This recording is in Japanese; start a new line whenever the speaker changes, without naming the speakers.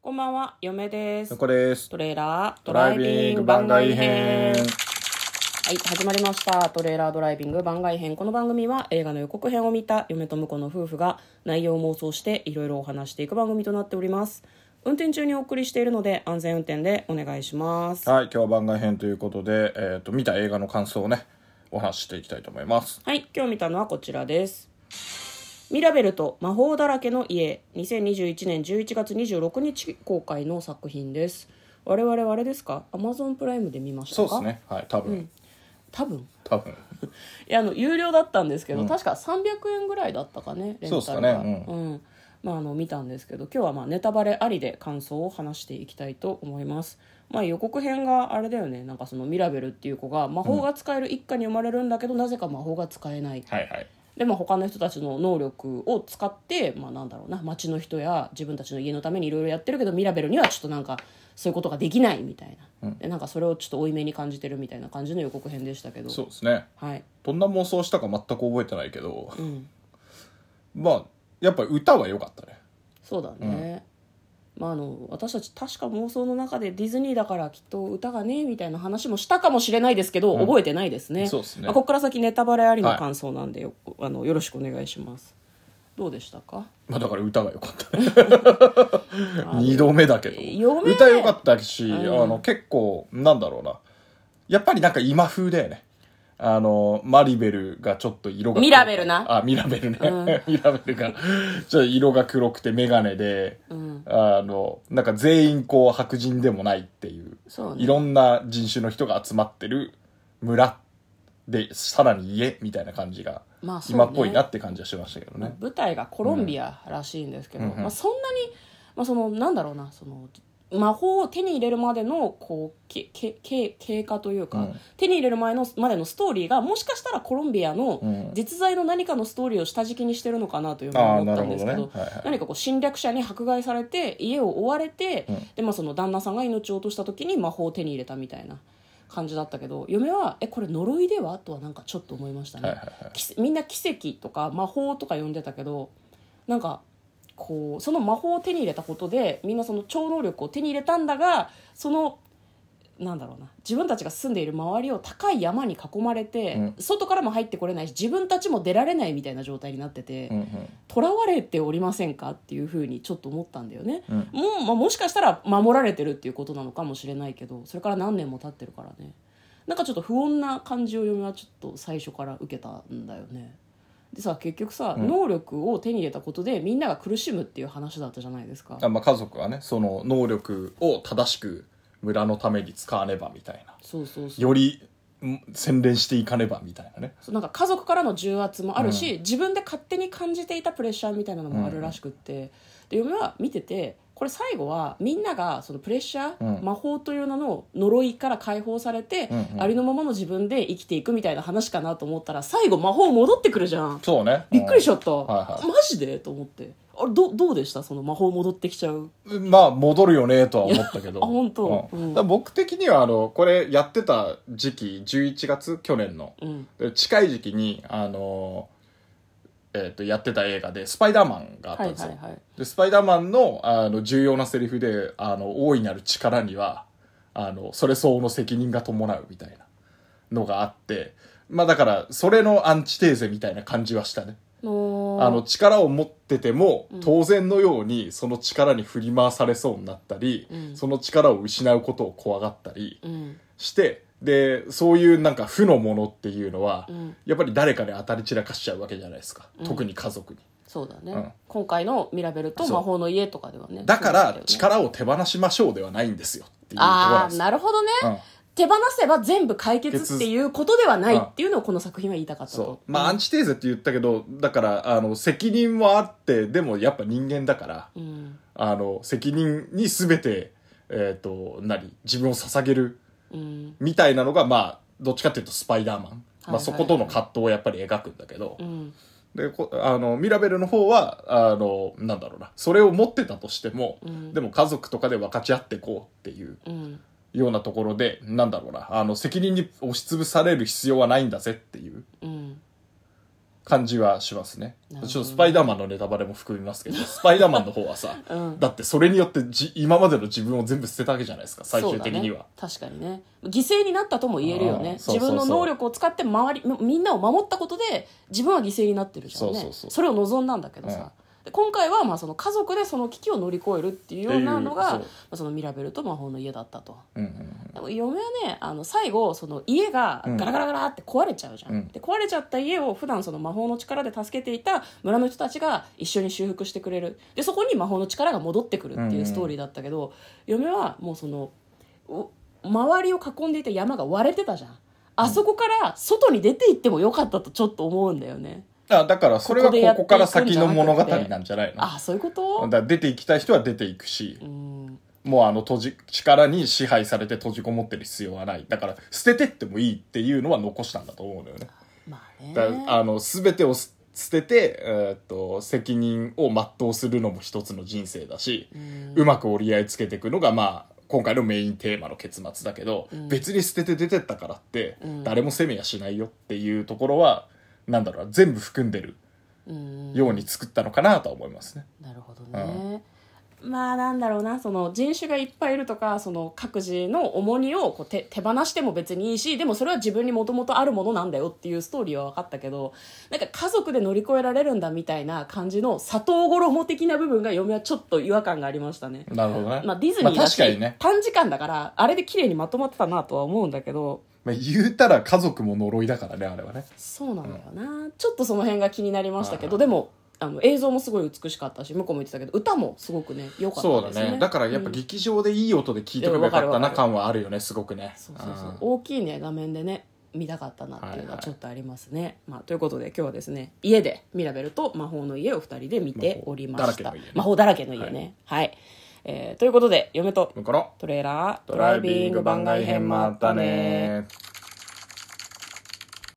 こんばんは、嫁です。
こです
トレーラード
ドラ
ラ
イ
イ
ビ
ビ
ン
ン
グ
グ番
番外
外
編
編。はい、始まりました。トレーラードライビング番外編。この番組は映画の予告編を見た嫁と婿の夫婦が内容を妄想していろいろお話していく番組となっております。運転中にお送りしているので安全運転でお願いします。は
はい今日は番外編ということで、えー、と見た映画の感想をねお話ししていきたいと思います
い、今日見たのはこちらです。ミラベルと魔法だらけの家2021年11月26日公開の作品です。我々はあれですか ?Amazon プライムで見ました
そう
か
です。ねはい多分、
多分。
多分
いやあの有料だったんですけど、確か300円ぐらいだったかねレンタルが
そうっすかね
うんまあ、あの見たんですけど今日はまあネタバレありで感想を話していきたいと思います、まあ、予告編があれだよねなんかそのミラベルっていう子が魔法が使える一家に生まれるんだけど、なぜか魔法が使えない
はいはい
で、まあ、他の人たちの能力を使って、まあ、なんだろうな町の人や自分たちの家のためにいろいろやってるけどミラベルにはちょっとなんかそういうことができないみたいな、でなんかそれをちょっと負い目に感じてるみたいな感じの予告編でしたけど
そうですね
はい
どんな妄想したか全く覚えてないけど、
ん
まあやっぱり歌は良かったね
そうだね、まああの私たち確か妄想の中でディズニーだからきっと歌がねみたいな話もしたかもしれないですけど、覚えてないですね
そうっすね
まあ、ここから先ネタバレありの
はい
感想なんでよ,、あのよろしくお願いしますどうでしたか
まあだから歌が良かったね 二度目だけど
嫁
歌良かったし、あの結構なんだろうなやっぱりなんか今風だよねあのマリベルがちょっと色が
ミラベルな
あミラベルね、 ミラベルがちょっと色が黒くて眼鏡で、あのなんか全員こう白人でもないっていう
そうね
いろんな人種の人が集まってる村でさらに家みたいな感じが
まあそうね
今っぽいなって感じはしましたけどね、
舞台がコロンビアらしいんですけど、
うんうん
まあ、そんなに、まあ、そのなんだろうなその魔法を手に入れるまでのこうけけけ経過というか、
うん
手に入れる前のまでのストーリーがもしかしたらコロンビア
うん
の実在の何かのストーリーを下敷きにしてるのかなというふうに
ああ
思っ
な
た
る
ん
ほ
です
ど
け
ね
ど、
はいはい
何かこう侵略者に迫害されて家を追われて、
うん
でまあその旦那さんが命を落とした時に魔法を手に入れたみたいな感じだったけど嫁は「えこれ呪いでは?」とはなんかちょっと思いましたね、
はいはいはい
奇跡みんな奇跡とか魔法とか呼んでたけどなんかこうその魔法を手に入れたことでみんなその超能力を手に入れたんだがそのなんだろうな自分たちが住んでいる周りを高い山に囲まれて、
うん
外からも入ってこれないし自分たちも出られないみたいな状態になってて。
うんうん
囚われておりませんかっていうふうにちょっと思ったんだよね、
うん
もうまあ、もしかしたら守られてるっていうことなのかもしれないけどそれから何年も経ってるからねなんかちょっと不穏な感じを嫁はちょっと最初から受けたんだよねでさ結局さ、能力を手に入れたことでみんなが苦しむっていう話だったじゃないですか
あまあ、家族はねその能力を正しく村のために使わねばみたいな
そうそうそう
よりん洗練していかねばみたいなね
そうなんか家族からの重圧もあるし、自分で勝手に感じていたプレッシャーみたいなのもあるらしくって、で嫁は見ててこれ最後はみんながそのプレッシャー、
うん
魔法という名の呪いから解放されて、
うんうん
ありのままの自分で生きていくみたいな話かなと思ったら最後魔法戻ってくるじゃん
そうね
びっくりしちゃった、
はいはい
マジでと思ってあれどどうでしたその魔法戻ってきちゃう
うんまあ戻るよねとは思った
い
けど
やあ本当
うん
うん
だから僕的にはあのこれやってた時期11月去年の
うん
で近い時期にあの、えー、とやってた映画で「スパイダーマン」があ
は
ったん
い
です
は
よ、
いはい
でスパイダーマンのあの重要なセリフであの大いなる力にはあのそれ相応の責任が伴うみたいなのがあってまあだからそれのアンチテーゼみたいな感じはしたね
の
あの力を持ってても
うん
当然のようにその力に振り回されそうになったり、
うん
その力を失うことを怖がったり
うん
してでそういうなんか負のものっていうのは、
うん
やっぱり誰かに当たり散らかしちゃうわけじゃないですか、特に家族に。
そうだね、
うん
今回の「ミラベルと魔法の家」とかではね
だか
そうった
ら
よね
力を手放しましょうではないんですよっていうところ
あ
なんで
あ
す
なるほどね、
うん
手放せば全部解決っていうことではないっていうのをこの作品は言いたかった
そ
と
うまあアンチテーゼって言ったけどだからあの責任もあってでもやっぱ人間だから
うん
あの責任に全てえっ、と何自分を捧げる
うん
みたいなのがまあどっちかっていうとスパイダーマン、
はい
まあ、そことの葛藤をやっぱり描くんだけど
う、ん
でこあのミラベルの方はあのなんだろうなそれを持ってたとしても、
うん
でも家族とかで分かち合っていこうっていう
うん
ようなところで、なんだろうな、あの、責任に押しつぶされる必要はないんだぜっていう
うん
感じはしますね。ち
な
ょ
るほどね
っとスパイダーマンのネタバレも含みますけど、スパイダーマンの方は さ、
うん
だってそれによってじ今までの自分を全部捨てたわけじゃないですか、最終的には。
そうだね、確かにね犠牲になったとも言えるよ
う
ね
んそうそうそう
自分の能力を使って周りみみんなを守ったことで自分は犠牲になってるじゃんね
そうそうそう
れを望んだんだけどさ、で今回はまあその家族でその危機を乗り越えるっていうようなのが
っていうそ
ま
う
あ、そのミラベルと魔法の家だったと。
うんうん
でも嫁はねあの最後その家がガラガラガラって壊れちゃうじゃん、
うん
で壊れちゃった家を普段その魔法の力で助けていた村の人たちが一緒に修復してくれるでそこに魔法の力が戻ってくるっていうストーリーだったけど、嫁はもうそのお周りを囲んでいた山が割れてたじゃんあそこから外に出て行ってもよかったとちょっと思うんだよね、
あだからそれは
ここでやって
こ
い
こ
く
か
んじゃ
ら
なくて
先の物語なんじゃないの
あそういうこと
だから出ていきたい人は出ていくし
う、ん
もうあの閉じ、力に支配されて閉じこもってる必要はない。だから捨ててってもいいっていうのは残したんだと思うのよね。
まあね
だあの全てをす捨てて、えーっと責任を全うするのも一つの人生だし、
う
うんまく折り合いつけていくのが、まあ、今回のメインテーマの結末だけど、
ん
別に捨てて出てったからって、
うん
誰も責めやしないよっていうところはなんだろうな全部含んでる
うん
ように作ったのかなとは思いますね。
なるほどね、まあなんだろうなその人種がいっぱいいるとかその各自の重荷をこう手手放しても別にいいしでもそれは自分にもともとあるものなんだよっていうストーリーは分かったけどなんか家族で乗り越えられるんだみたいな感じの砂糖衣的な部分が嫁はちょっと違和感がありましたね。
なるほどね。
まあ、ディズニー
まあ
だ
確
し、
かにね、
短時間だからあれで綺麗にまとまってたなとは思うんだけど
まあ、言うたら家族も呪いだからねあれはね。
そうなんだよな、ちょっとその辺が気になりましたけど、でもあの映像もすごい美しかったし向こうも言ってたけど歌もすごくね良かった
そう
で
だ
すね
ね。だからやっぱ
うん
劇場でいい音で聞いとけばよかったな感はあるよね、すごくね。
そうそうそう
うん
大きいね画面でね見たかったなっていうのはちょっとありますね、まあ、ということで今日はですね家でミラベルと魔法の家を二人で見ておりました魔
魔
法
法
だらけの家ねはい、えーということで嫁と
だから
トレーラード
ドライビング番外編もあったね